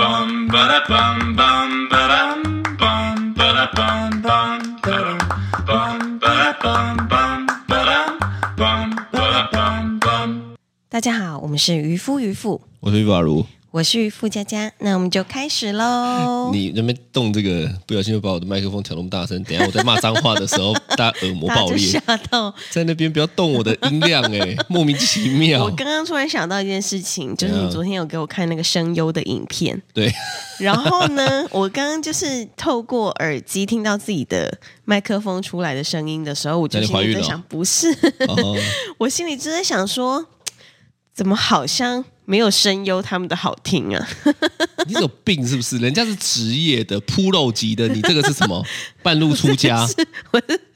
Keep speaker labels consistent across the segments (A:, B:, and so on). A: bum ba da bum bum ba dum bum ba da bum bum ba dum bum ba da bum bum ba dum bum ba da bum bum.
B: 大家好，我们是渔夫渔妇，
C: 我是法如，
B: 我是渔夫佳佳，那我们就开始喽。
C: 你那边动这个，不小心就把我的麦克风调那么大声，等一下我在骂脏话的时候，大家耳膜
B: 大家
C: 爆
B: 就
C: 裂
B: 吓，到
C: 在那边不要动我的音量、欸，哎，莫名 其
B: 我，
C: 妙。
B: 刚刚突然想到一件事情，就是
C: 怎
B: 你
C: 样
B: 昨天有给我看那个声优的影片，
C: 对，
B: 然后 呢，我刚刚就是透过耳机听到自己的麦克风出来的声音的时候，我就
C: 那你
B: 心
C: 怀
B: 里
C: 孕
B: 在
C: 了哦
B: 想，不是，
C: 哦，
B: 我心里就在想说，怎么好像没有声优他们的好听
C: 哦
B: 啊？
C: 你有病是不是？人家是职业的铺肉级的，你这个是什 么？半路出家，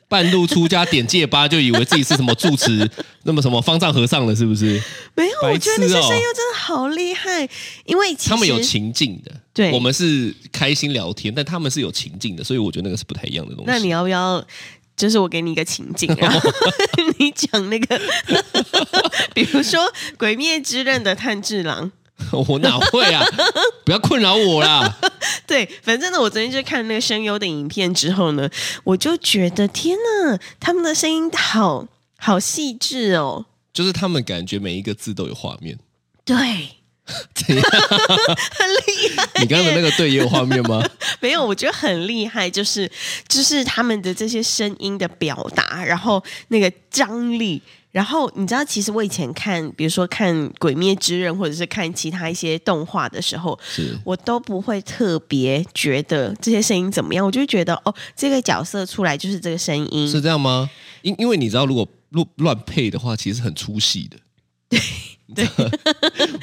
C: 半路出家点戒疤就以为自己是什么住持，那么什么方丈和尚了，是不是？
B: 没有，我
C: 白
B: 觉
C: 痴
B: 得
C: 哦
B: 那些声优真的好厉害，因为其实
C: 他们有情境的，
B: 对
C: 我们是开心聊天，但他们是有情境的，所以我觉得那个是不太一样的东西。
B: 那你要不要？就是我给你一个情景，然后你讲那个，比如说《鬼灭之刃》的炭治郎，
C: 我哪会啊？不要困扰我啦！
B: 对，反正呢，我昨天就看那个声优的影片之后呢，我就觉得天呐，他们的声音好好细致哦，
C: 就是他们感觉每一个字都有画 面。
B: 对，很厉
C: 怎样？
B: 害。
C: 你刚刚的那个对也有画面吗？
B: 没有，我觉得很厉害，就是就是他们的这些声音的表达，然后那个张力，然后你知道，其实我以前看，比如说看《鬼灭之刃》或者是看其他一些动画的时候，
C: 是
B: 我都不会特别觉得这些声音怎么样，我就觉得哦，这个角色出来就是这个声音，
C: 是这样吗？因因为你知道，如果乱乱配的话，其实很出戏的。对对，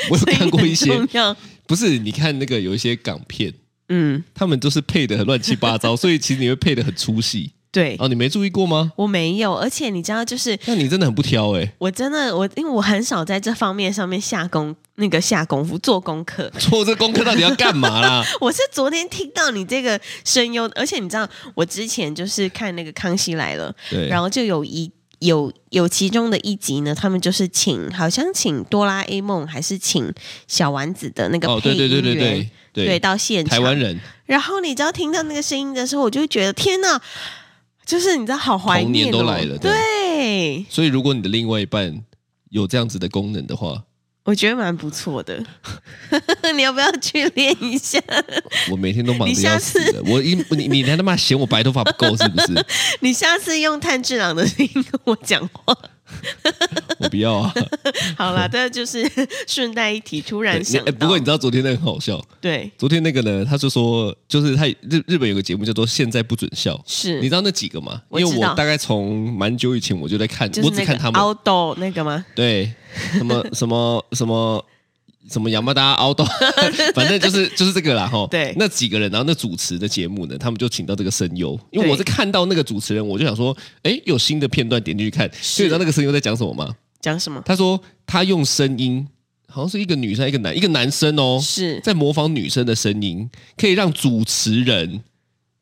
C: 我有
B: 所以
C: 看过一些
B: 很，重要，
C: 不是你看那个有一些港片，
B: 嗯，
C: 他们都是配的很乱七 八糟，所以其实你会配的很出戏。
B: 对。
C: 哦，你没注意过吗？
B: 我没有，而且你知道，就是
C: 那你真的很不挑哎、
B: 我真的我，因为我很少在这方面上面下功那个下功夫做功课，
C: 做这功课到底要干嘛啦？
B: 我是昨天听到你这个声优，而且你知道，我之前就是看那个《康熙来了》，
C: 对，
B: 然后就有一有有其中的一集呢，他们就是请好像请哆啦 A 梦还是请小丸子的那个
C: 哦，
B: 配
C: 对
B: 音
C: 对
B: 员，
C: 对对对
B: 对到现
C: 台
B: 场，
C: 湾人
B: 然后你知道听到那个声音的时候，我就觉得天哪，就是你知道好怀
C: 童
B: 念、
C: 年
B: 哦，
C: 都来了对
B: 对，
C: 所以如果你的另外一半有这样子的功能的话，
B: 我觉得蛮不错的， 你要不要去练一下？
C: 我每天都忙
B: 你
C: 着
B: 下
C: 要死
B: 次
C: 的。我一 你你还他妈嫌我白头发不够是不是？
B: 你下次用炭治郎的声音跟我讲话。
C: 我不 要啊！
B: 好啦，这就是 顺带一提，突然
C: 你
B: 想
C: 哎
B: 到，
C: 不过你知道昨天那个很好笑，
B: 对，
C: 昨天那个呢，他就说就是他日日本有个节目叫做《现在不准笑》。
B: 是
C: 你知道那几个吗？
B: 我
C: 因
B: 知
C: 为
B: 道
C: 我大概从蛮久以前我就在看，
B: 就是
C: 我只
B: 那
C: 看
B: 个
C: 他们
B: 凹豆那个吗？
C: 对什 么什么什么什么亚麻达凹豆，反正就是就是这个啦哈。
B: 对
C: 那几个人，然后那主持的节目呢，他们就请到这个声优，因为
B: 对
C: 我是看到那个主持人，我就想说，哎，有新的片段点进去看，所以你知道那个声优在讲什么吗？
B: 讲什么？
C: 他说他用声音，好像是一个女生，一个男，一个男生哦，
B: 是
C: 在模仿女生的声音，可以让主持人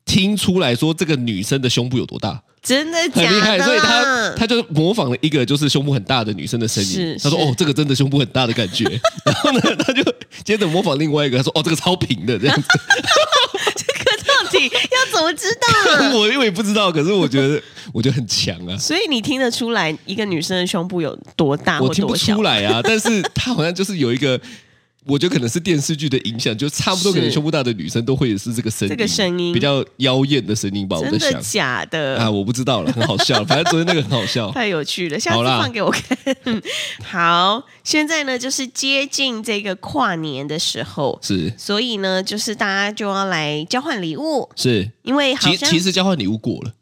C: 听出来说这个女生的胸部有多大，
B: 真的
C: 很
B: 假的
C: 厉
B: 啦？
C: 害。所以他他就模仿了一个就是胸部很大的女生的声
B: 是
C: 音，他说
B: 是
C: 哦，这个真的胸部很大的感觉。 然后呢，他就接着模仿另外一个，他说哦，这个超平的 这样子。
B: 可到 底要怎么知道啊？
C: 我因为不知道，可是我觉得我觉得很强啊。
B: 所以你听得出来一个女生的胸部有多大或
C: 我听不
B: 多小
C: 出？来啊，但 是他好像就是有一个，我觉得可能是电视剧的影响，就差不多
B: 是
C: 可能胸部大的女生都会是这个声音，
B: 这个声音
C: 比较妖艳的声音吧，我
B: 真
C: 在
B: 的
C: 想
B: 假
C: 啊，
B: 的？
C: 我不知道了，很好笑，反正昨天那个很好笑，
B: 太有趣了，下次
C: 好啦
B: 放给我看。 好，现在呢就是接近这个跨年的时候，
C: 是
B: 所以呢就是大家就要来交换礼物，
C: 是，
B: 因为好
C: 其
B: 像
C: 其实交换礼物过了，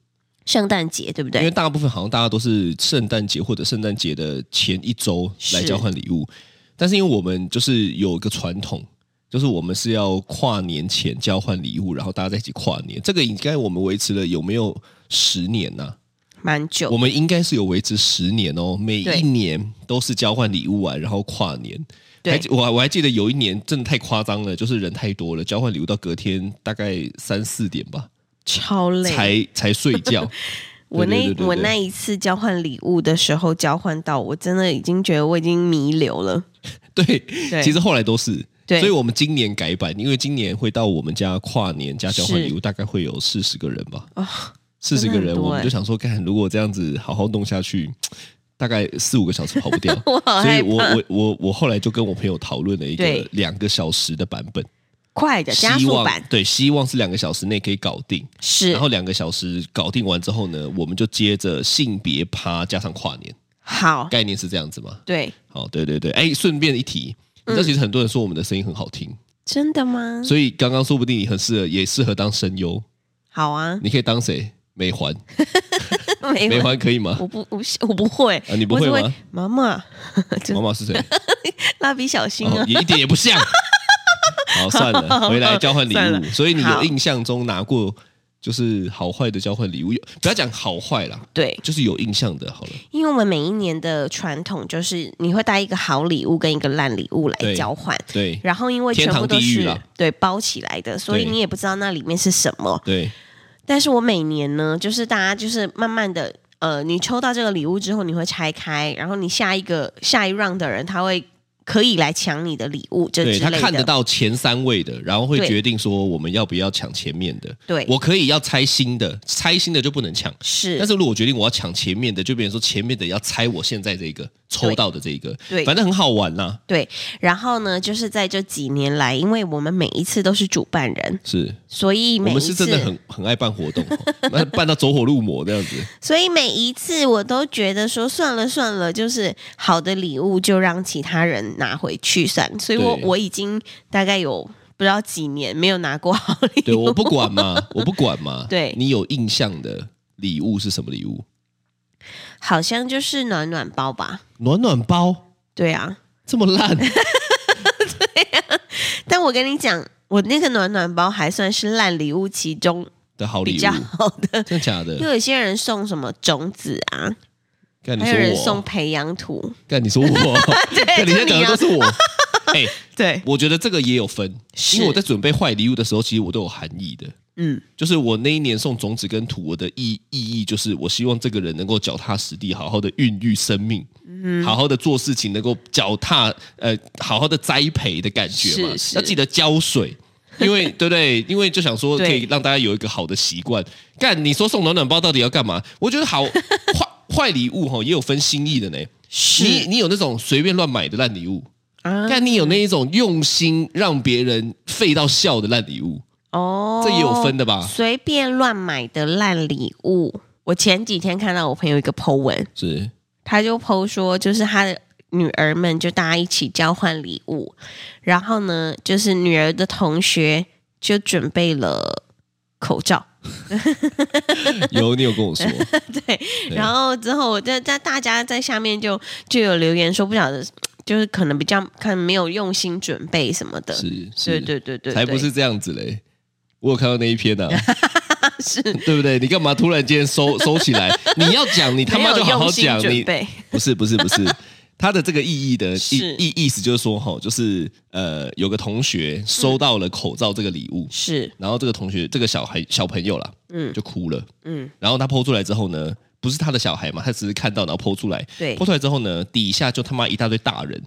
B: 圣诞节对不
C: 因为
B: 对？
C: 大部分好像大家都是圣诞节或者圣诞节的前一周来
B: 是
C: 交换礼物，但是因为我们就是有一个传统。就是我们是要跨年前交换礼物，然后大家在一起跨年。这个应该我们维持了有没有十年呐、
B: 蛮久
C: 我。们应该是有维持十年哦，每
B: 对
C: 一年都是交换礼物啊，然后跨年。
B: 对
C: 还记我还我还记得有一年真的太夸张了，就是人太多了，交换礼物到隔天大概三四点吧，
B: 超累。
C: 才才睡觉。
B: 我那
C: 对对对对对
B: 我那一次交换礼物的时候，交换到我真的已经觉得我已经弥留了。
C: 对，
B: 对
C: 其实后来都是，
B: 哎对
C: 所以我们今年改版，因为今年会到我们家跨年加交换礼物，大概会有四十个人吧。
B: 哦
C: 四十
B: 真的
C: 个
B: 很
C: 人，
B: 多
C: 我
B: 欸
C: 们就想说，看如果这样子好好弄下去，大概四五个小时跑不掉。
B: 我好
C: 所
B: 害
C: 以
B: 怕
C: 我我我我后来就跟我朋友讨论了一个
B: 对
C: 两个小时的版本，
B: 快的加
C: 希
B: 速
C: 望
B: 版
C: 对，希望是两个小时内可以搞定。
B: 是
C: 然后两个小时搞定完之后呢，我们就接着性别趴加上跨年，
B: 好，
C: 概念是这样子吗？
B: 对，
C: 好，对对对，哎，顺便一提，你知
B: 嗯
C: 道其实很多人说我们的声音很好听，
B: 真的吗？
C: 所以刚刚说不定你很适合，也适合当声优，
B: 好啊，
C: 你可以当谁？美环，
B: 没
C: 美
B: 有，
C: 环可以吗？
B: 我不，我不我不会，
C: 啊你不
B: 我只
C: 会
B: 会
C: 吗
B: 妈妈，就
C: 妈 妈是谁？
B: 蜡笔小新
C: 哦
B: 啊，，
C: 也一点也不像。 好，算了，回来交换礼
B: 算
C: 物。
B: 了
C: 所以你有
B: 好
C: 印象中拿过就是好坏的交换礼物？有不要讲好坏啦，
B: 对，
C: 就是有印象的。好了，
B: 因为我们每一年的传统就是你会带一个好礼物跟一个烂礼物来
C: 对
B: 交换，
C: 对
B: 然后因为全部都
C: 天堂地狱
B: 是
C: 啦
B: 对包起来的，所以
C: 对
B: 你也不知道那里面是什么。
C: 对
B: 但是我每年呢，就是大家就是慢慢的，呃，你抽到这个礼物之后，你会拆开，然后你下一个下一 round 的人，他会可以来抢你的礼物，这之
C: 对，
B: 类的。
C: 他看得到前三位的，然后会
B: 对
C: 决定说我们要不要抢前面的。
B: 对
C: 我可以要猜新的，猜新的就不能抢。
B: 是，
C: 但是如果我决定我要抢前面的，就变成说前面的要猜我现在这个抽到的这个，
B: 对
C: 反正很好玩呐、
B: 对。然后呢，就是在这几年来，因为我们每一次都是主办人，
C: 是
B: 所以
C: 我
B: 每一
C: 们
B: 次
C: 是真的很很爱办活动、哦，那办到走火入魔这 样子。
B: 所以每一次我都觉得说算了算了，就是好的礼物就让其他人拿回去算。所以我
C: 对
B: 我已经大概有不知道几年没有拿过好礼物。
C: 对，我不管嘛，我不管嘛。
B: 对
C: 你有印象的礼物是什么礼物？
B: 好像就是暖暖包吧？
C: 暖暖包
B: 对啊，
C: 这么烂，
B: 但我跟你讲，我那个暖暖包还算是烂礼物其中
C: 的好礼
B: 比
C: 物
B: 较，好的，
C: 真的假的
B: 因？为有些人送什么种子啊，
C: 干你
B: 还有人
C: 说
B: 送
C: 我，哦啊
B: 培养土，
C: 干你说我，哦 干你现在讲的都是我。 哎，
B: 对，
C: 我觉得这个也有分，
B: 哦是
C: 因为我在准备坏礼物的时候，其实我都有含义的。
B: 嗯，
C: 就是我那一年送种子跟土，我的意意义就是我希望这个人能够脚踏实地，好好的孕育生命，
B: 嗯
C: 好好的做事情，能够脚踏呃，好好的栽培的感觉嘛
B: 是。是
C: 要记得浇 水，因为对不对？因为就想说可
B: 对
C: 以让大家有一个好的习惯。干，你说送暖暖包到底要干嘛？我觉 得好坏坏礼物哈，也有分心意的呢。你
B: 是
C: 你有那种随便乱买的烂礼物，
B: 啊，
C: 但你有那一种用心让别人废到笑的烂礼物，
B: 哦，
C: 这也有分的吧
B: 随便乱买的烂礼物。我前几天看到我朋友一个 po 文，
C: 是
B: 他就 po 说，就是他的女儿们就大家一起交换礼物，然后呢，就是女儿的同学就准备了口罩，
C: 有你有跟 我说。
B: 对，
C: 对
B: 然后之后我在在大家在下面就就有留言说，不晓得就是可能比较可能没有用心准备什么的，
C: 是，
B: 对
C: 是
B: 对对对，
C: 才不
B: 对
C: 是这样子嘞！我有看到那一篇呐、啊，
B: 是
C: 对不对？你干嘛突然间收收起来？你要讲，你他
B: 没
C: 妈
B: 有
C: 就好好
B: 用心
C: 讲。
B: 准
C: 你
B: 备
C: 不是不是不 是，他的这个意义的意
B: 是
C: 意意思就是说，哈，就是呃，有个同
B: 嗯
C: 学收到了口罩这个礼物，
B: 是
C: 然后这个同学这个小孩小朋友啦，
B: 嗯
C: 就哭了。
B: 嗯
C: 然后他剖出来之后呢，不是他的小孩嘛，他只是看到然后剖出来，
B: 对
C: 剖出来之后呢，底下就他妈一大堆大人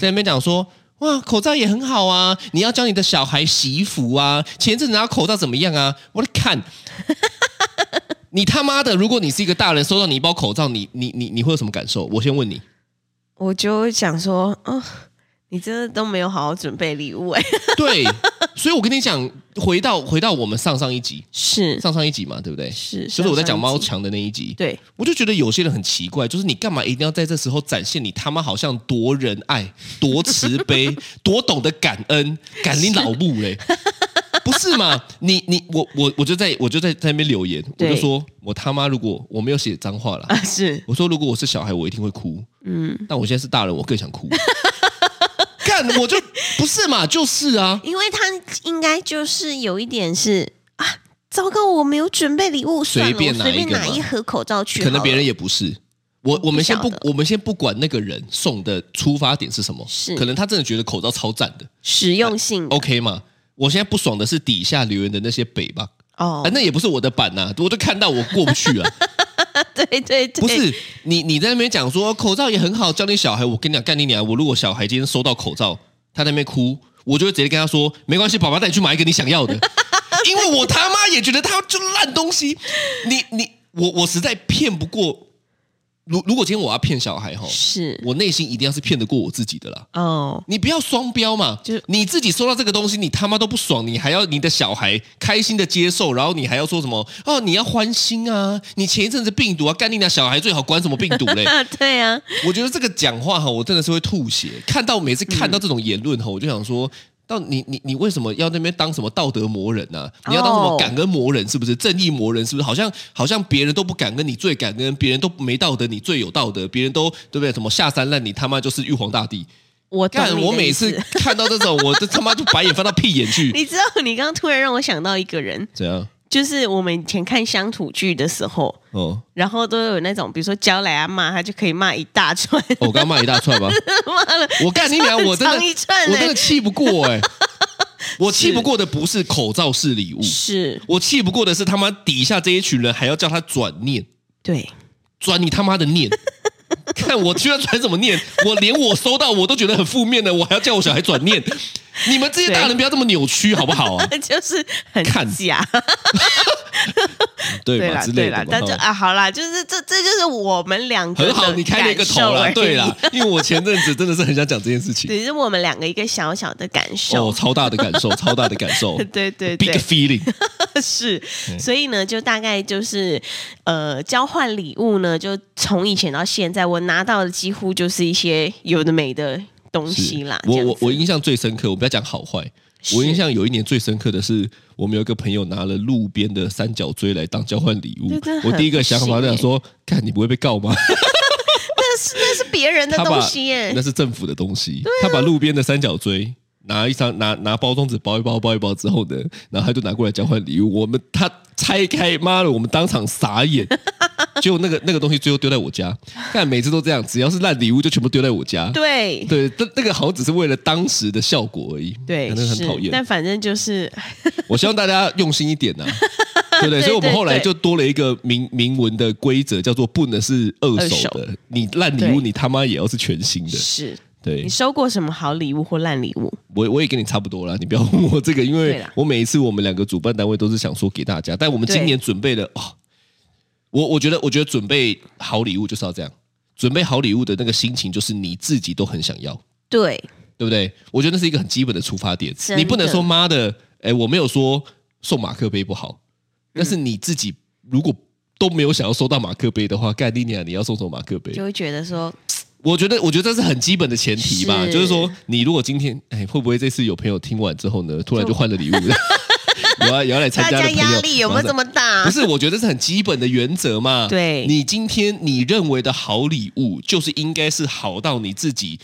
C: 在那边讲说。哇，口罩也很好啊！你要教你的小孩洗衣服啊。前一阵子拿口罩怎么样啊？我的看，你他妈的！如果你是一个大人，收到你一包口罩，你你你你会有什么感受？我先问你，
B: 我就想说，哦，你真的都没有好好准备礼 物哎、
C: 对，所以我跟你讲，回到回到我们上上一集，
B: 是
C: 上上一集嘛，对不对？
B: 是，
C: 就是我在讲
B: 上上
C: 猫
B: 集，
C: 墙的那一集，
B: 对，
C: 我就觉得有些人很奇怪，就是你干嘛一定要在这时候展现你他妈好像多仁爱、 多慈悲、 多懂得感 恩，感你老母嘞？不是嘛？你你我我我就在我就在在那边留言，我
B: 对
C: 就说我他妈如果我没有写脏话啦，
B: 啊是，
C: 我说如果我是小孩，我一定会哭。
B: 嗯，
C: 但我现在是大人，我更想 哭。干我就不是嘛，就是啊，
B: 因为他应该就是有一点是啊，糟糕，我没有准备礼物，算了，
C: 随便
B: 我
C: 拿
B: 随
C: 一
B: 便
C: 个
B: 拿
C: 嘛
B: 一盒口罩去好
C: 可
B: 了，
C: 能别人也不是。我我们先
B: 不
C: 不
B: 晓，
C: 我们先不管那个人送的出发点是什么，
B: 是
C: 可能他真的觉得口罩超赞的，
B: 实用性的
C: 呃 OK 嘛？我现在不爽的是底下留言的那些北吧，
B: 哦
C: 啊，，那也不是我的版呐、我就看到我过不去 啊。
B: 对对对，
C: 不是你你在那边讲说口罩也很好，教你小孩，我跟你讲，干你娘！我如果小孩今天收到口罩，他在那边哭，我就会直接跟他说，没关系，爸爸带你去买一个你想 要的，因为我他妈也觉得他就烂东西。你你我我实在骗不过。如如果今天我要骗小孩哈，
B: 是
C: 我内心一定要是骗得过我自己的啦。
B: 哦，
C: 你不要双标嘛，
B: 就是
C: 你自己收到这个东西，你他妈都不爽，你还要你的小孩开心的接受，然后你还要说什么哦，你要欢心啊，你前一阵子病毒啊，干你俩小孩最好管什么病毒嘞？
B: 啊，对啊，
C: 我觉得这个讲话哈，我真的是会吐血。看到每次
B: 嗯
C: 看到这种言论哈，我就想说。到你你你为什么要那边当什么道德魔人呢、啊？你要当什么
B: 哦
C: 感恩魔人是不是？正义魔人是不是？好像好像别人都不感恩，你最感恩；别人都没道德，你最有道德；别人都对不对？什么下三滥，你他妈就是玉皇大帝。
B: 我懂
C: 干，
B: 你的
C: 我每
B: 意
C: 次
B: 思
C: 看到这种，我这他妈就白眼翻到屁眼去。
B: 你知道，你刚刚突然让我想到一个人，
C: 怎样？
B: 就是我们以前看乡土剧的时候，
C: 哦，
B: 然后都有那种，比如说教来阿啊骂，他就可以骂一大串，
C: 哦我刚骂一 大串吧。
B: 骂了
C: 我干你娘！我真的
B: 很长一串，欸
C: 我真的气不 过哎、我气不过的不是口罩式礼物，
B: 嗯是
C: 我气不过的是他妈底下这一群人还要叫他转念，
B: 对，
C: 转你他妈的念。看我居然转什么念，我连我收到我都觉得很负面的，我还要叫我小孩转念。你们这些大人不要这么扭曲好不好啊？
B: 就是很
C: 看
B: 假，
C: 对
B: 对
C: 吧？
B: 啦
C: 之
B: 对
C: 类
B: 啦
C: 的，
B: 但
C: 嘛。哦
B: 就
C: 哈
B: 啊，好啦，就是这这就是我们两个
C: 很好，
B: 的
C: 你开了一个
B: 感
C: 头
B: 受而
C: 啦，
B: 已
C: 对啦，，因为我前阵子真的是很想讲这件事 情，
B: 对，是我们两个一个小小的感受，
C: 哦，超大的感受，超大的感受
B: 对对
C: ，big 嗯
B: 对，
C: feeling，
B: 是，所以呢，就大概就是呃，交换礼物呢，就从以前到现在，我拿到的几乎就是一些有的没的东西啦。
C: 我
B: 这样
C: 我我
B: 子
C: 印象最深刻，我不要讲好坏，
B: 是
C: 我印象有一年最深刻的是，我们有一个朋友拿了路边的三角锥来当交换礼物
B: 这真的，很欸
C: 我第一个想法就想说，看你不会被告吗？
B: 那是那是别人的
C: 他把
B: 东西耶啊
C: 那，是政府的东西，他把路边的三角锥。拿一张拿拿包装纸包一包包一包之后呢，然后他就拿过来交换礼物。我们他拆开，妈的，我们当场 傻眼。结果那个那个东西最后丢在我家，但每次都这样，只要是烂礼物就全部丢在我家。
B: 对
C: 对，那那个好像只是为了当时的效果而已。
B: 对
C: 可能很
B: 是
C: 讨厌。
B: 但反正就是
C: 我希望大家用心一点 呐、对不对？所以我们后来就多了一个明明文的规则，叫做不能是二手的。你烂礼物，
B: 对
C: 你他妈也要是全新的。
B: 是
C: 对
B: 你，收过什么好礼物或烂礼物？
C: 我我也跟你差不多啦，你不要问我这个，因
B: 对
C: 为
B: 啦
C: 我每一次我们两个主办单位都是想说给大家，但我们今
B: 对
C: 年准备了哦，我我觉得我觉得准备好礼物就是要这样，准备好礼物的那个心情就是你自己都很想要，
B: 对
C: 对不对？我觉得那是一个很基本的出发点
B: 真，的
C: 你不能说妈的，哎，我没有说送马克杯不好，但是你自己如果都没有想要收到马克杯的话，盖蒂尼亚你要送什么马克杯？
B: 就会觉得说
C: 我觉得，我觉得这是很基本的前提吧，
B: 是
C: 就是说，你如果今天，哎，会不会这次有朋友听完之后呢，突然就换了礼 物？有啊，有要来参
B: 大
C: 加的
B: 家
C: 朋友，
B: 压力有没有这么大
C: 不？是，我觉得这是很基本的原则嘛。
B: 对
C: 你今天你认为的好礼物，就是应该是好到你自己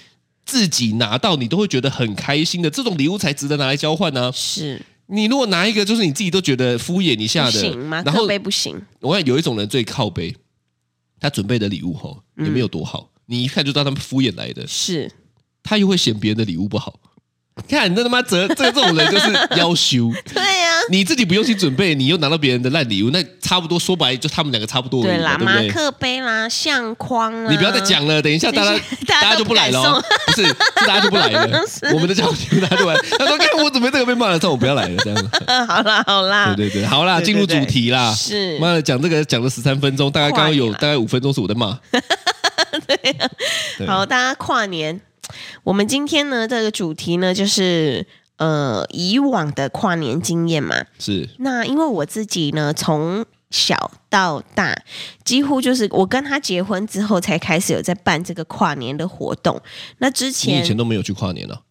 C: 自己拿到，你都会觉得很开心的，这种礼物才值得拿来交换呢、
B: 是
C: 你如果拿一个就是你自己都觉得敷衍
B: 不
C: 一下的
B: 行，吗？
C: 然后
B: 特杯不行，
C: 我看有一种人最靠背，他准备的礼物吼也
B: 嗯
C: 没有多好，你一看就知道他们敷衍来的，
B: 是
C: 他又会嫌别人的礼物不好。看，你这他妈 这这这种人就是要羞。
B: 对啊呀、
C: 你自己不用心准备，你又拿到别人的烂礼物，那差不多说白了就他们两个差不多而
B: 对
C: 已嘛，
B: 啦，
C: 对
B: 马
C: 不对？
B: 克杯啦，相框啦，
C: 你不要再讲了，等一下大家
B: 等一下大家
C: 就
B: 都不
C: 不来了哦，不是，是大家就不来了
B: 是。
C: 我们的教训大家就不来了，他说：“看我准备这个被骂了，算了我不要 来了。”这样，
B: 好啦好啦，
C: 对啊对对，好啦，
B: 对对
C: 进入主题啦。
B: 是
C: 妈的，讲这个讲了十三分钟，大概刚刚有
B: 快啦
C: 大概五分钟是我在骂。对
B: 好，大家跨年，我们今天呢这个主题呢就是呃以往的跨年经验嘛。
C: 是
B: 那因为我自己呢从小到大，几乎就是我跟他结婚之后才开始有在办这个跨年的活动。那之
C: 你以
B: 前
C: 前都没有去跨年了，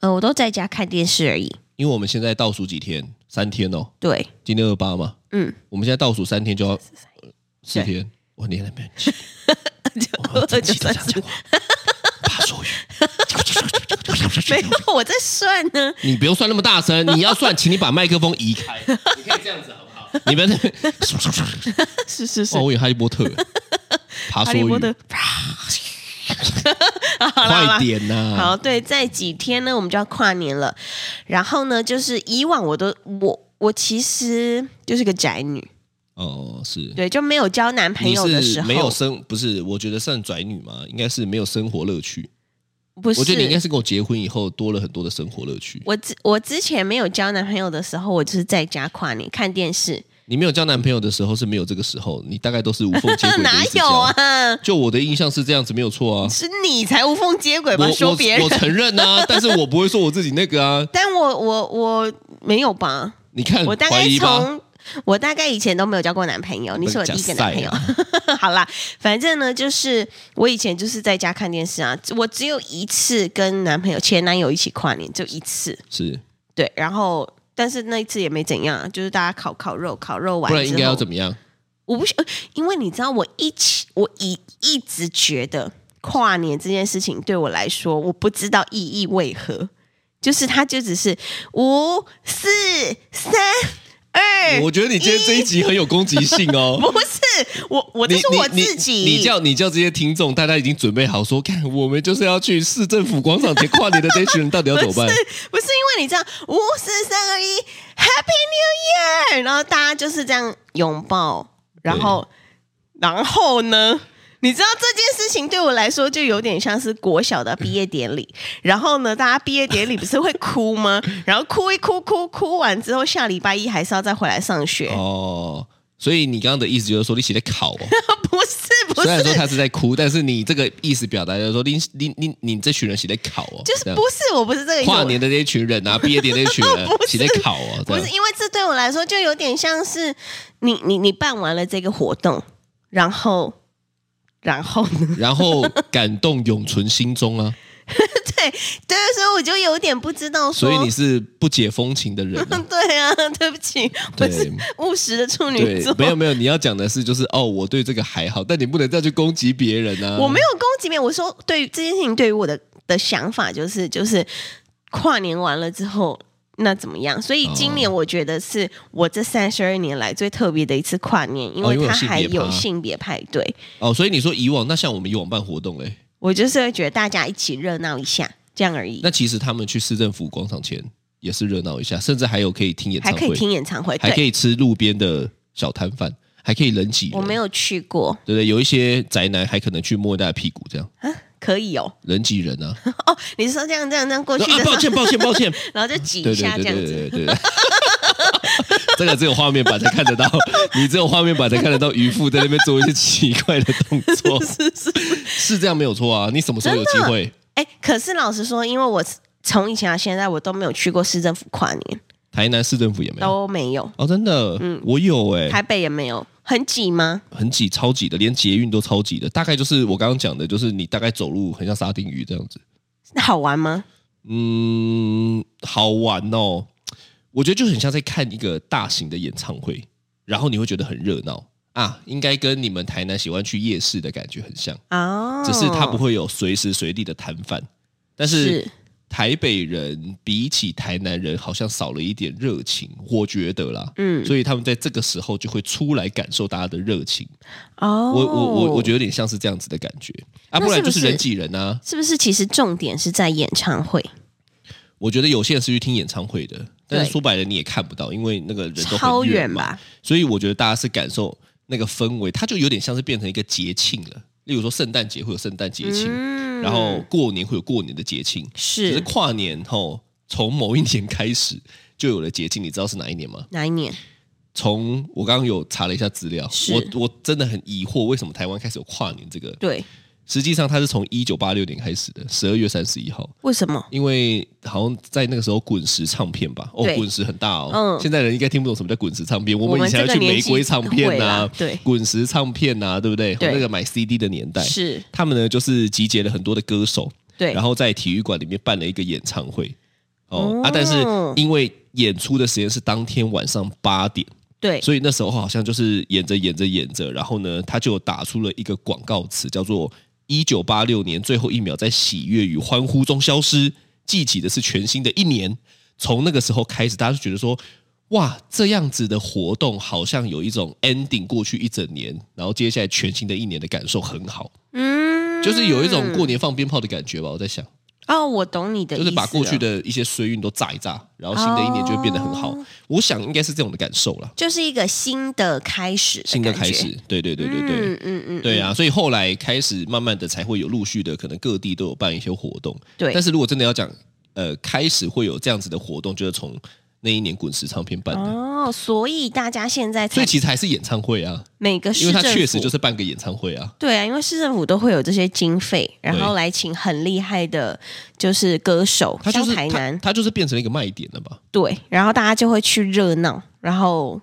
B: 呃我都在家看电视而已。
C: 因为我们现在倒数几天，三天哦，
B: 对，
C: 今天二八嘛，
B: 嗯，
C: 我们现在倒数三天就要四
B: 对
C: 天，我念了没？我
B: 就
C: 真气得
B: 算
C: 想
B: 是
C: 讲话怕说语
B: 没 有我在算呢。
C: 你不用算那么大声，你要算，请你把麦克风 移开。你可以这样子，好不好？你们
B: 是是是
C: 哇，，我以为哈利波特，爬
B: 哈
C: 哦说
B: 利
C: 语，
B: 波特。 好啦好啦
C: 快点啊呐！
B: 好，对，在几天呢，我们就要跨年了。然后呢，就是以往我都我我其实就是个宅女，
C: 哦，是。
B: 对，就没有交男朋
C: 你
B: 友的
C: 是
B: 时候，
C: 没有生不是？我觉得算宅女嘛，应该是没有生活乐趣。
B: 不是，
C: 我觉得你应该是跟我结婚以后多了很多的生活乐趣。
B: 我之我之前没有交男朋友的时候，我就是在家跨年看电视，
C: 你没有交男朋友的时候是没有这个时候，你大概都是无缝接轨的
B: 哪
C: 一直
B: 有
C: 交？
B: 啊？
C: 就我的印象是这样子，没 有错啊。
B: 是你才无缝接轨
C: 我
B: 吧？说别
C: 我我
B: 人，
C: 承认啊，但是我不会说我自己那个啊。
B: 但我我我没有吧？
C: 你看，
B: 我大
C: 嗯怀
B: 概
C: 疑吧。
B: 从我大概以前都没有交过男朋友，你是我第一个男朋友。
C: 啊
B: 好啦，反正呢，就是我以前就是在家看电视啊，我只有一次跟男朋友前男友一起跨年，就一次。
C: 是，
B: 对，然后但是那一次也没怎样啊，就是大家烤烤肉，烤肉完
C: 不然应该要怎
B: 么？
C: 么样？
B: 我不，呃因为你知道，我一起，我一一直觉得跨年这件事情对我来说，我不知道意义为何，就是它就只是五四三二，
C: 我觉得你今天这一集很有攻击性哦。
B: 不是我，我这
C: 你
B: 是我自己，
C: 你你你叫你叫这些听众，大家已经准备好说，看我们就是要去市政府广场前跨年的这群人，到底要 怎么办？
B: 不是因为你这样五四三二一 Happy New Year，然后大家就是这样拥抱，然后然后呢？你知道这件事情对我来说就有点像是国小的毕业典 礼，然后呢，大家毕业典礼不是会哭吗？ 然后哭一哭哭哭完之后，下礼拜一还是要再回来上学，
C: 哦，所以你刚刚的意思就是说，你写的考哦。
B: 不是不
C: 虽然说
B: 是，
C: 他是在哭，但是你这个意思表达就是说，你你你你这群人写的考哦，
B: 就是
C: 这样
B: 不是，我不是这个意思。
C: 跨年的这一群 人啊，毕业典礼那群人
B: 不是
C: 写的考哦，这
B: 不
C: 样
B: 是因为这对我来说就有点像是你你你办完了这个活动，然后然后呢？
C: 然后感动永存心中啊，
B: 对对，所以我就有点不知道说，。
C: 所以你是不解风情的人、啊
B: 对啊，对不起，我
C: 对
B: 是务实的处女
C: 对
B: 座，，
C: 没有没有，你要讲的是就是哦，我对这个还好，但你不能再去攻击别人啊。
B: 我没有攻击面，我说对于这件事情，对于我的的想法就是就是跨年完了之后。那怎么样？所以今年我觉得是我这三十二年来最特别的一次跨年，因
C: 哦
B: 为
C: 因为有
B: 它
C: 性
B: 还
C: 别
B: 有
C: 趴
B: 性别派对。
C: 哦，所以你说以往那像我们以往办活动哎嘞，
B: 我就是会觉得大家一起热闹一下，这样而已。
C: 那其实他们去市政府广场前也是热闹一下，甚至还有可以听演
B: 还
C: 唱
B: 可以
C: 会，
B: 听演唱会，
C: 还可
B: 对，
C: 以吃路边的小摊贩，还可以人挤人。
B: 我没有去过，
C: 对不对？有一些宅男还可能去摸人家的屁股，这样
B: 可以哦。
C: 人挤人啊。
B: 哦，你是说这样这样这样 过去
C: 说啊
B: 的时，候，
C: 抱歉，抱歉，抱歉。
B: 然后就挤一
C: 对对
B: 下
C: 对
B: 这样
C: 对
B: 子，
C: 对对对。这个只有画面版才看 得到，你只有画面版才看得到渔夫在那边做一些奇怪的动作，
B: 是是是。
C: 是这样没有错啊。你什么时候有机会？
B: 哎，可是老实说，因为我从以前到现在我都没有去过市政府跨年，
C: 台南市政府也没有
B: 都没有，
C: 哦，真的，我有哎、
B: 嗯台北也没有，很挤吗？
C: 很挤，超挤的，连捷运都超挤的。大概就是我刚刚讲的，就是你大概走路很像沙丁鱼这样子。
B: 那好玩吗？
C: 嗯，好玩哦。我觉得就很像在看一个大型的演唱会，然后你会觉得很热闹啊，应该跟你们台南喜欢去夜市的感觉很像，
B: 哦，
C: 啊只是它不会有随时随地的摊贩。但是
B: 是
C: 台北人比起台南人好像少了一点热情，我觉得啦。
B: 嗯
C: 所以他们在这个时候就会出来感受大家的热情，
B: 哦，
C: 我我我我觉得有点像是这样子的感觉啊，
B: 那
C: 不然就是是
B: 不是
C: 人挤人啊。
B: 是不是其实重点是在演唱会，
C: 我觉得有些人是去听演唱会的，但是
B: 对
C: 说白了你也看不到，因为那个人都
B: 超
C: 很远嘛。
B: 吧？
C: 所以我觉得大家是感受那个氛围，它就有点像是变成一个节庆了。例如说圣诞节会有圣诞节庆，
B: 嗯
C: 然后过年会有过年的节庆，只是
B: 是
C: 跨年后从某一年开始就有了节庆，你知道是哪一年吗？
B: 哪一年？
C: 从我刚刚有查了一下资料
B: 是，
C: 我我真的很疑惑，为什么台湾开始有跨年这个？
B: 对，
C: 实际上它是从一九八六年开始的，十二月三十一号。
B: 为什么？
C: 因为好像在那个时候滚石唱片吧，哦
B: 对，
C: 滚石很大哦，
B: 嗯
C: 现在人应该听不懂什么叫滚石唱片，我
B: 我们
C: 以前要
B: 这个
C: 去
B: 年
C: 玫
B: 纪
C: 瑰唱片
B: 会
C: 呐、
B: 啦对
C: 滚石唱片呐、对不对？哦
B: 对
C: 那个买 CD 的年代，
B: 是
C: 他们呢就是集结了很多的歌手，
B: 对，
C: 然后在体育馆里面办了一个演唱会，哦、
B: 哦
C: 啊，但是因为演出的时间是当天晚上八点，
B: 对，
C: 所以那时候好像就是演着演着演着，然后呢，他就打出了一个广告词，叫做“一九八六年最后一秒在喜悦与欢呼中消失，记起的是全新的一年”。从那个时候开始，大家就觉得说，哇，这样子的活动好像有一种 ending 过去一整年，然后接下来全新的一年的感受很好，
B: 嗯
C: 就是有一种过年放鞭炮的感觉吧。我在想，
B: 哦，哦，我懂你的意
C: 就
B: 思了，
C: 是把过去的一些衰运都炸一炸，然后新的一年就会变得很好。
B: 哦
C: 我想应该是这种的感受啦，
B: 就是一个新的开始，
C: 新的开始，，对对对对对。
B: 嗯嗯嗯，
C: 对啊，所以后来开始慢慢的才会有陆续的，可能各地都有办一些活动。
B: 对
C: 但是如果真的要讲，呃，开始会有这样子的活动，就是从那一年滚石唱片办的。
B: 哦，所以大家现在
C: 所
B: 才
C: 以其实还是演唱会啊，
B: 每个
C: 因
B: 市
C: 为
B: 政
C: 它
B: 府
C: 确实就是办个演唱会啊。
B: 对啊，因为市政府都会有这些经费，然后
C: 对
B: 来请很厉害的，就是歌手，
C: 它就是
B: 像台
C: 它
B: 南，
C: 它就是变成了一个卖点了吧？
B: 对，然后大家就会去热闹，然后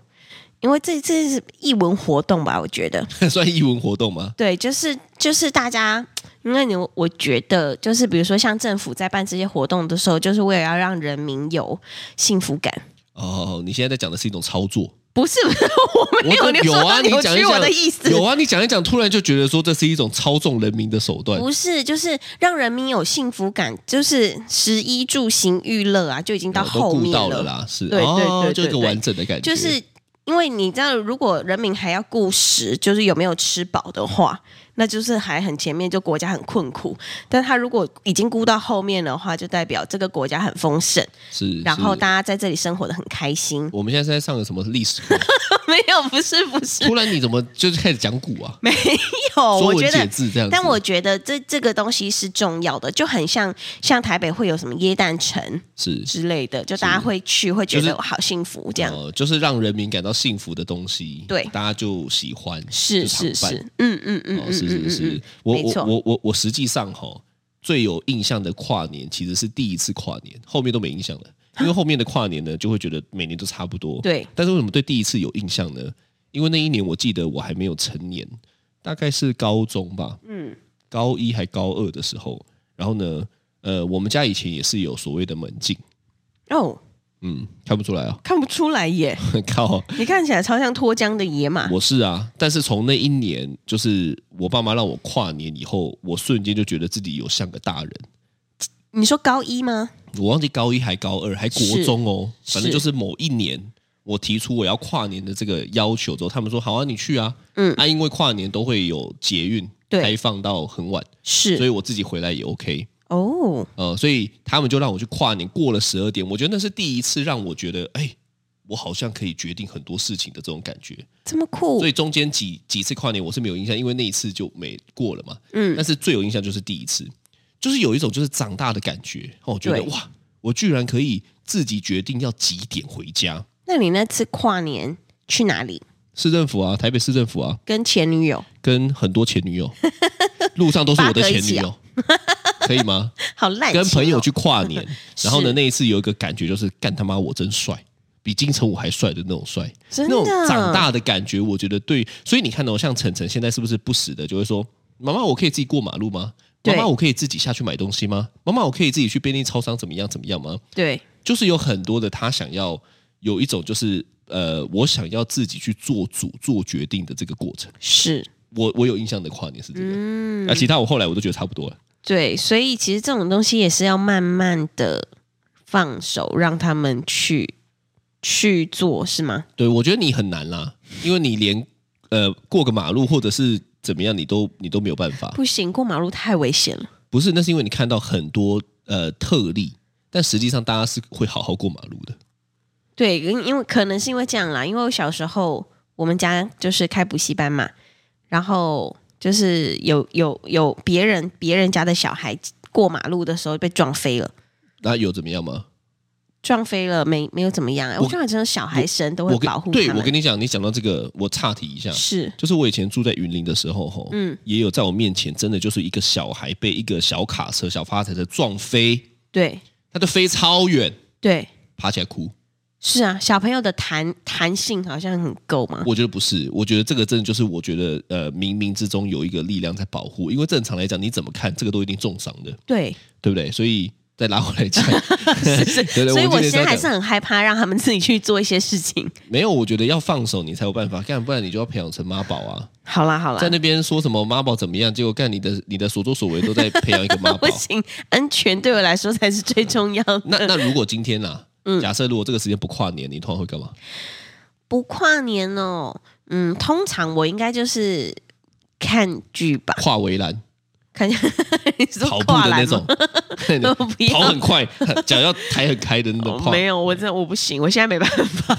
B: 因为这这是艺文活动吧，我觉得，
C: 算艺文活动吗？
B: 对，就是就是大家，因为你我觉得就是比如说像政府在办这些活动的时候，就是为了要让人民有幸福感。
C: 哦，你现在在讲的是一种操作。
B: 不是 不是，我没有
C: 我
B: 扭
C: 有啊，你
B: 扭
C: 讲一
B: 曲
C: 讲
B: 我的意思。
C: 有啊，你讲一讲，突然就觉得说这是一种操纵人民的手段。 呃
B: 不是，就是让人民有幸福感，就是食衣住行娱乐啊，就已经到
C: 都
B: 后
C: 顾
B: 面
C: 到了啦，是
B: 对对
C: 哦
B: 对对
C: 就一个
B: 对
C: 完整的感觉，
B: 就是因为你知道，如果人民还要顾食，就是有没有吃饱的话，那就是还很前面，就国家很困苦。但他如果已经顾到后面的话，就代表这个国家很丰盛，
C: 是，
B: 然后
C: 是
B: 大家在这里生活的很开 心。
C: 我们现在是在上个什么历史课？
B: 没有，不是不 是，
C: 突然你怎么就是开始讲古啊？
B: 没有，
C: 说
B: 哦我
C: 文
B: 觉
C: 解
B: 得。
C: 字这样子。
B: 但我觉得这这个东西是重要的，就很像像台北会有什么耶诞城，
C: 是
B: 之类的，就大家会去，会觉
C: 就是
B: 得我好幸福这样。
C: 呃，就是让人民感到幸福的东西，
B: 对
C: 大家就喜欢，
B: 是
C: 就常
B: 是
C: 办
B: 是，，嗯嗯嗯
C: 哦，
B: 嗯
C: 是
B: 嗯
C: 是
B: 嗯
C: 是
B: 嗯，，
C: 我
B: 没
C: 我
B: 错
C: 我我我实际上哈，最有印象的跨年其实是第一次跨年，后面都没印象了，因为后面的跨年呢，就会觉得每年都差不多。
B: 对，
C: 但是为什么对第一次有印象呢？因为那一年我记得我还没有成年，大概是高中吧，
B: 嗯
C: 高一还高二的时候，然后呢，呃，我们家以前也是有所谓的门禁，
B: 哦，
C: 嗯，看不出来啊，
B: 看不出来耶，
C: 靠，
B: 你看起来超像脱缰的野马。
C: 我是啊，但是从那一年，就是我爸妈让我跨年以后，我瞬间就觉得自己有像个大人。
B: 你说高一吗？
C: 我忘记高一还高二还国中哦，
B: 是
C: 反正就是某一年，我提出我要跨年的这个要求之后，他们说好啊，你去啊，
B: 嗯
C: 啊，因为跨年都会有捷运
B: 对
C: 开放到很晚，所以
B: 是
C: 我自己回来也 OK，
B: 哦，
C: 呃，所以他们就让我去跨年，过了十二点，我觉得那是第一次让我觉得，哎，我好像可以决定很多事情的这种感觉。
B: 这么酷
C: 所以中间几几次跨年我是没有印象，因为那一次就没过了嘛。
B: 嗯
C: 但是最有印象就是第一次，就是有一种就是长大的感觉，哦，觉得
B: 对
C: 哇，我居然可以自己决定要几点回家。
B: 那你那次跨年去哪里？
C: 市政府啊，台北市政府啊，
B: 跟前女友？
C: 跟很多前女友，路上都是我的前女友，可以吗？
B: 好烂情哦，
C: 跟朋友去跨年，然后呢，
B: 是
C: 那一次有一个感觉就是干他妈我真帅，比金城武还帅的那种帅，
B: 真
C: 那
B: 的
C: 种长大的感觉，我觉得对。所以你看到、哦像晨晨现在是不是不时的就会说：“妈妈，我可以自己过马路吗？妈
B: 对
C: 妈，我可以自己下去买东西吗？妈妈，我可以自己去便利超商怎么样怎么样吗
B: 对，？”
C: 就是有很多的他想要有一种就是呃，我想要自己去做主、做决定的这个过程。
B: 是
C: 我我有印象的跨年是这个，
B: 嗯
C: 那、其他我后来我都觉得差不多了。
B: 对，所以其实这种东西也是要慢慢的放手，让他们去去做，是吗？
C: 对，我觉得你很难啦，因为你连呃过个马路或者是怎么样，你都你都没有办法。
B: 不行，过马路太危险了。
C: 不是，那是因为你看到很多呃特例，但实际上大家是会好好过马路的。
B: 对，因因为可能是因为这样啦，因为我小时候我们家就是开补习班嘛，然后就是有有有别人别人家的小孩过马路的时候被撞飞了。
C: 那有怎么样吗？觉
B: 撞飞了没没有怎么样、欸，
C: 我
B: 我觉得真的小孩生都会
C: 我跟
B: 保护
C: 对
B: 他
C: 我跟
B: 们。
C: 你讲，你讲到这个，我岔题一下，
B: 是
C: 就是我以前住在云林的时候，吼，嗯
B: 嗯，
C: 也有在我面前，真的就是一个小孩被一个小卡车、小发财车撞飞，
B: 对
C: 他就飞超远，
B: 对
C: 爬起来哭。
B: 是啊，小朋友的弹弹性好像很够嘛。
C: 我觉得不是，我觉得这个真的就是我觉得呃，冥冥之中有一个力量在保护，因为正常来讲，你怎么看这个都一定重伤的，
B: 对，
C: 对不对？所以再拉回 来讲，
B: 是是，
C: 对对
B: 所以
C: 我
B: 我
C: 记得
B: 现在还
C: 这样
B: 是很害怕让他们自己去做一些事情。
C: 没有，我觉得要放手你才有办法干，不然你就要培养成妈宝啊，
B: 好啦好啦
C: 在，那边说什么妈宝怎么样，结果干你的你的所作所为都在培养一个妈 宝
B: 不。行，安全对我来说才是最重要的。
C: 那那如果今 天啦、
B: 嗯
C: 假设如果这个时间不跨年，你通常会干嘛？
B: 不跨年哦，嗯，通常我应该就是看剧吧，
C: 跨围栏，
B: 看起来你 说
C: 跑步
B: 跨
C: 的
B: 栏
C: 那
B: 吗
C: 种
B: 我不，要
C: 跑很快，脚要抬很开的那种
B: 哦
C: 跑，
B: 没有，我真的我不行，我现在没办法，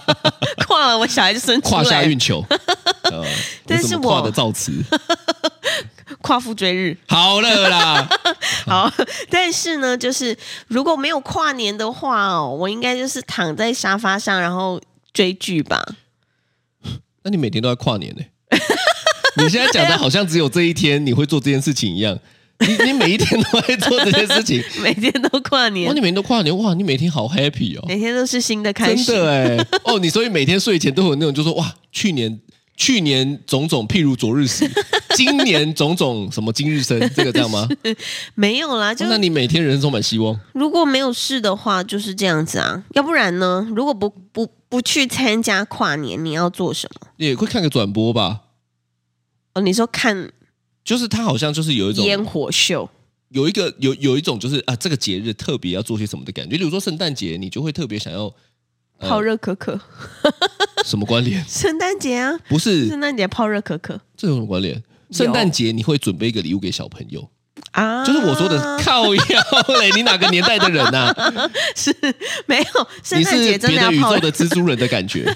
B: 跨了我小孩就生出
C: 胯下
B: 来，
C: 运球。呃
B: 但
C: 这
B: 是
C: 么跨
B: 我
C: 的造词，
B: 夸父追日。
C: 好了啦，
B: 好，但是呢，就是如果没有跨年的话哦，我应该就是躺在沙发上，然后追剧吧。
C: 那你每天都在跨 年呢、你现在讲的好像只有这一天你会做这件事情一样，你你每一天都在做这件事情。
B: 每天都跨
C: 哇，
B: 年
C: 你，每天都跨年，哇，你每天好 happy 哦，
B: 每天都是新的开
C: 真
B: 始。
C: 的哎。哦，你所以每天睡前都有那种就说哇，去年去年种种，譬如昨 日死，今年种种什么今日生，这个这样吗？哦
B: 没有啦， 就
C: 那你每天人生充满希望，
B: 如果没有事的话，就是这样子啊。要不然呢？如果不不不去参加跨年，你要做什么？
C: 你也会看个转播吧？
B: 哦，你说看
C: 就是他好像就是有一种
B: 烟火秀，
C: 有一个有有一种就是啊，这个节日特别要做些什么的感觉。比如说圣诞节，你就会特别想要呃
B: 泡热可可。
C: 什么 关联？
B: 圣诞节啊，
C: 不是
B: 圣诞节泡热可可
C: 这有什么关联？圣诞节你会准备一个礼物给小朋友，
B: 啊，
C: 就是我说的靠腰嘞！你哪个年代的人啊呐、
B: 是没有圣
C: 你
B: 诞节
C: 是
B: 真
C: 别
B: 要
C: 的宇
B: 泡
C: 宙 的蜘蛛人的 感觉。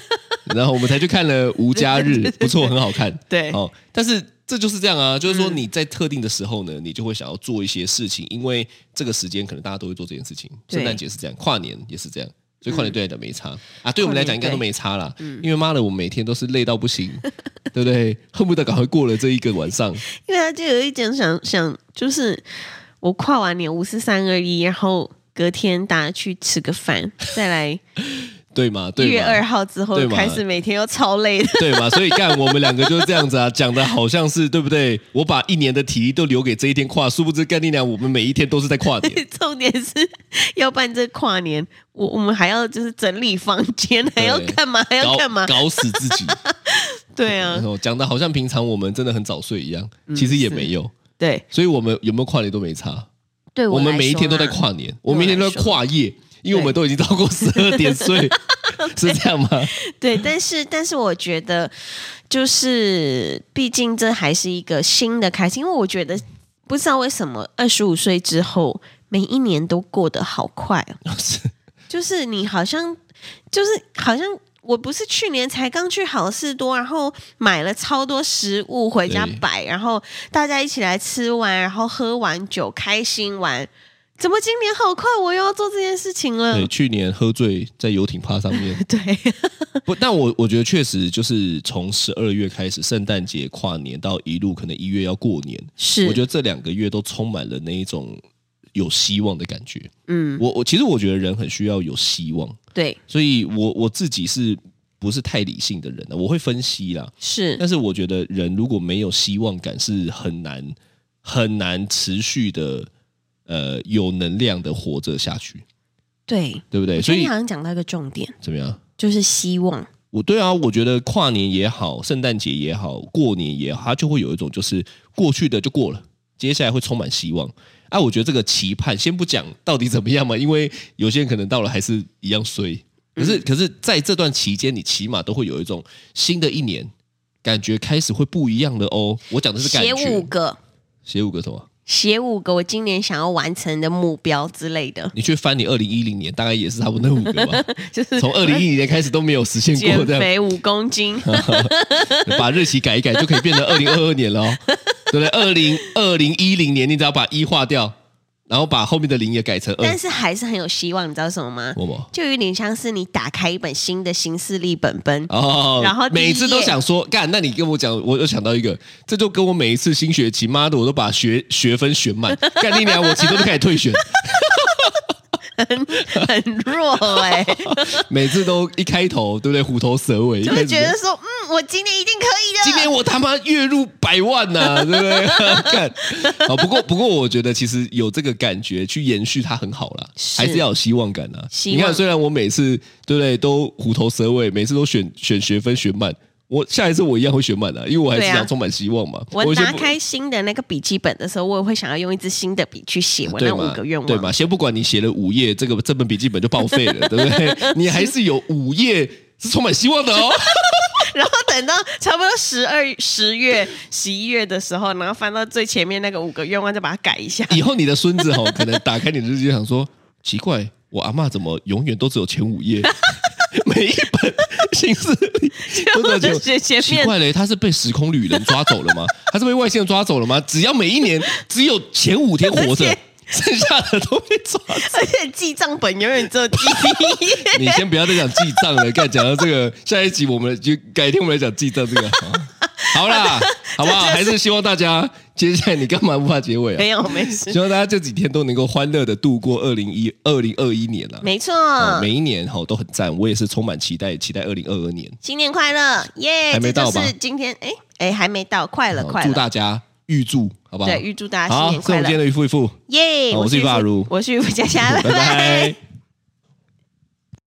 C: 然后我们才去看了《无家日》，不错，很好看。
B: 对嗯
C: 哦，但是这就是这样啊，就是说你在特定的时候呢，你就会想要做一些事情，因为这个时间可能大家都会做这件事情。
B: 对嗯
C: 圣诞节是这样，跨年也是这样，所以跨年对来讲没差、啊，对我们来讲应该都没差啦，因为妈的，我们每天都是累到不行，对不对？ 恨不得赶快过了这一个晚上。
B: 因为他就有一点想想，就是我跨完年五四三二一，然后隔天大家去吃个饭，再来
C: 对嘛，
B: 一
C: 对
B: 月
C: 嘛，
B: 二号之
C: 对
B: 后
C: 嘛
B: 开始每天又超累的。
C: 对嘛，所以干我们两个就是这样子啊，讲的好像是对不对？我把一年的体力都留给这一天跨，殊不知干你娘，我们每一天都是在跨年。
B: 重点是要办这跨年，我我们还要就是整理房间，还要干嘛？还 要
C: 搞
B: 干嘛？
C: 搞死自己！
B: 对啊
C: 然，后讲的好像平常我们真的很早睡一样，其实也没有。
B: 对
C: 所以我们有没有跨年都没差，
B: 对，
C: 我啊们
B: 来
C: 每一
B: 说啊
C: 天都
B: 啦
C: 在 跨年，我们每一天都在跨夜，因为我们都已经超过十二点 睡，是这样吗？
B: 对，但是但是我觉得，就是毕竟这还是一个新的开始，因为我觉得不知道为什么二十五岁之后，每一年都过得好快哦，
C: 是
B: 就是你好像就是好像。我不是去年才刚去好事多，然后买了超多食物回家
C: 对
B: 摆，然后大家一起来吃完，然后喝完酒开心玩。怎么今年好快，我又要做这件事情了
C: 对，？去年喝醉在游艇趴上面，
B: 对，
C: 不，但我我觉得确实就是从十二月开始，圣诞节、跨年到一路可能一月要过年，
B: 是，
C: 我觉
B: 得
C: 得这两个月都充满了那一种有希望的感觉。
B: 嗯，
C: 我我其实我觉得人很需要有希望，
B: 对，
C: 所以我我自己是不是太理性的人呢？我会分析啦，
B: 是，
C: 但是我觉得人如果没有希望感，是很难很难持续的呃有能量的活着下去，
B: 对。
C: 对不对？
B: 我
C: 所
B: 觉得你
C: 以
B: 好像讲到一个重点，
C: 怎么样？
B: 就是希望。
C: 我对啊，我觉得跨年也好，圣诞节也好，过年也好，它就会有一种就是过去的就过了，接下来会充满希望。啊，我觉得这个期盼，先不讲到底怎么样嘛，因为有些人可能到了还是一样衰。可
B: 嗯
C: 是，可是在这段期间，你起码都会有一种新的一年感觉开始会不一样了哦。我讲的是感
B: 写
C: 觉，
B: 五个，
C: 写五个什么？
B: 写五个我今年想要完成的目标之类的，
C: 你去翻你二零一零年，大概也是差不多那五个 吧。
B: 就是
C: 从二零一零年开始都没有实现过
B: 减
C: 这样。
B: 肥五公斤。
C: 把日期改一改就可以变成二零二二年了、哦，对不对？二零二零一零年，你只要把一划掉，然后把后面的零也改成
B: 但
C: 二，
B: 是还是很有希望，你知道什么吗？
C: 呃我吗？
B: 就有点像是你打开一本新的新势力本本，
C: 哦，
B: 然后第一页
C: 每次都想说干，那你跟我讲，我又想到一个，这就跟我每一次新学期，妈的，我都把学学分选满，干你娘，我期中都开始退选，
B: 很弱 哎、
C: 每次都一开头，对不对？虎头蛇尾，一
B: 就
C: 开
B: 会
C: 始
B: 觉得说，嗯，我今年一定可以的。
C: 今年我他妈月入百万呐、 对不对？ 干啊！不过不过，我觉得其实有这个感觉去延续它很好啦，
B: 是
C: 还是要有希望感啊。
B: 希
C: 你
B: 望
C: 看，虽然我每次对不对都虎头蛇尾，每次都选选学分选满，我下一次我一样会选满的、因为我还是
B: 对啊
C: 想充满希望嘛。
B: 我
C: 先
B: 打
C: 不
B: 开新的那个笔记本的时候，我也会想要用一支新的笔去写我
C: 对
B: 那
C: 嘛
B: 五个愿
C: 对
B: 望。
C: 嘛？先不管你写了五页，这个 这本笔记本就报废了，对不对？你还是有五页是充满希望的哦。
B: 然后等到差不多十二、 十月、十一月的时候，然后翻到最前面那个五个愿望，再把它改一 下。
C: 以后你的孙子吼，可能打开你的日记就想说，奇怪，我阿嬷怎么永远都只有前五 页，每一本新势力都 只有
B: 就前
C: 前五。
B: 前面
C: 奇怪 嘞，他是被时空旅人抓走了吗？他是被外星人抓走了吗？只要每一年只有前五天 活
B: 而
C: 着
B: 且，
C: 剩下的都被抓走。
B: 而且记账本永远只 有记第一页。
C: 你先不要再讲记账了，干讲到这个，下一集我们就改天我们来讲记账这 个。好好啦，好 不好？还是希望大家接下来你干嘛不怕结尾啊
B: 没？有，没事
C: 希，望大家这几天都能够欢乐的度过二零一二零二一年啦。
B: 没错。
C: 哦每一年哈都很赞，我也是充满期待，期待二零二二年。
B: 新年快乐，耶！
C: 还没到
B: 这
C: 吧
B: 就是今天，哎哎，还没到，快了，
C: 哦
B: 快
C: 祝
B: 了。
C: 大家预祝，好不好？
B: 对，预祝大家新年
C: 好，这是我
B: 快
C: 们今天
B: 乐，
C: 的预付预付，
B: 耶！
C: 好我是
B: 玉
C: 玉发如
B: 我是玉福佳佳，
C: 拜拜。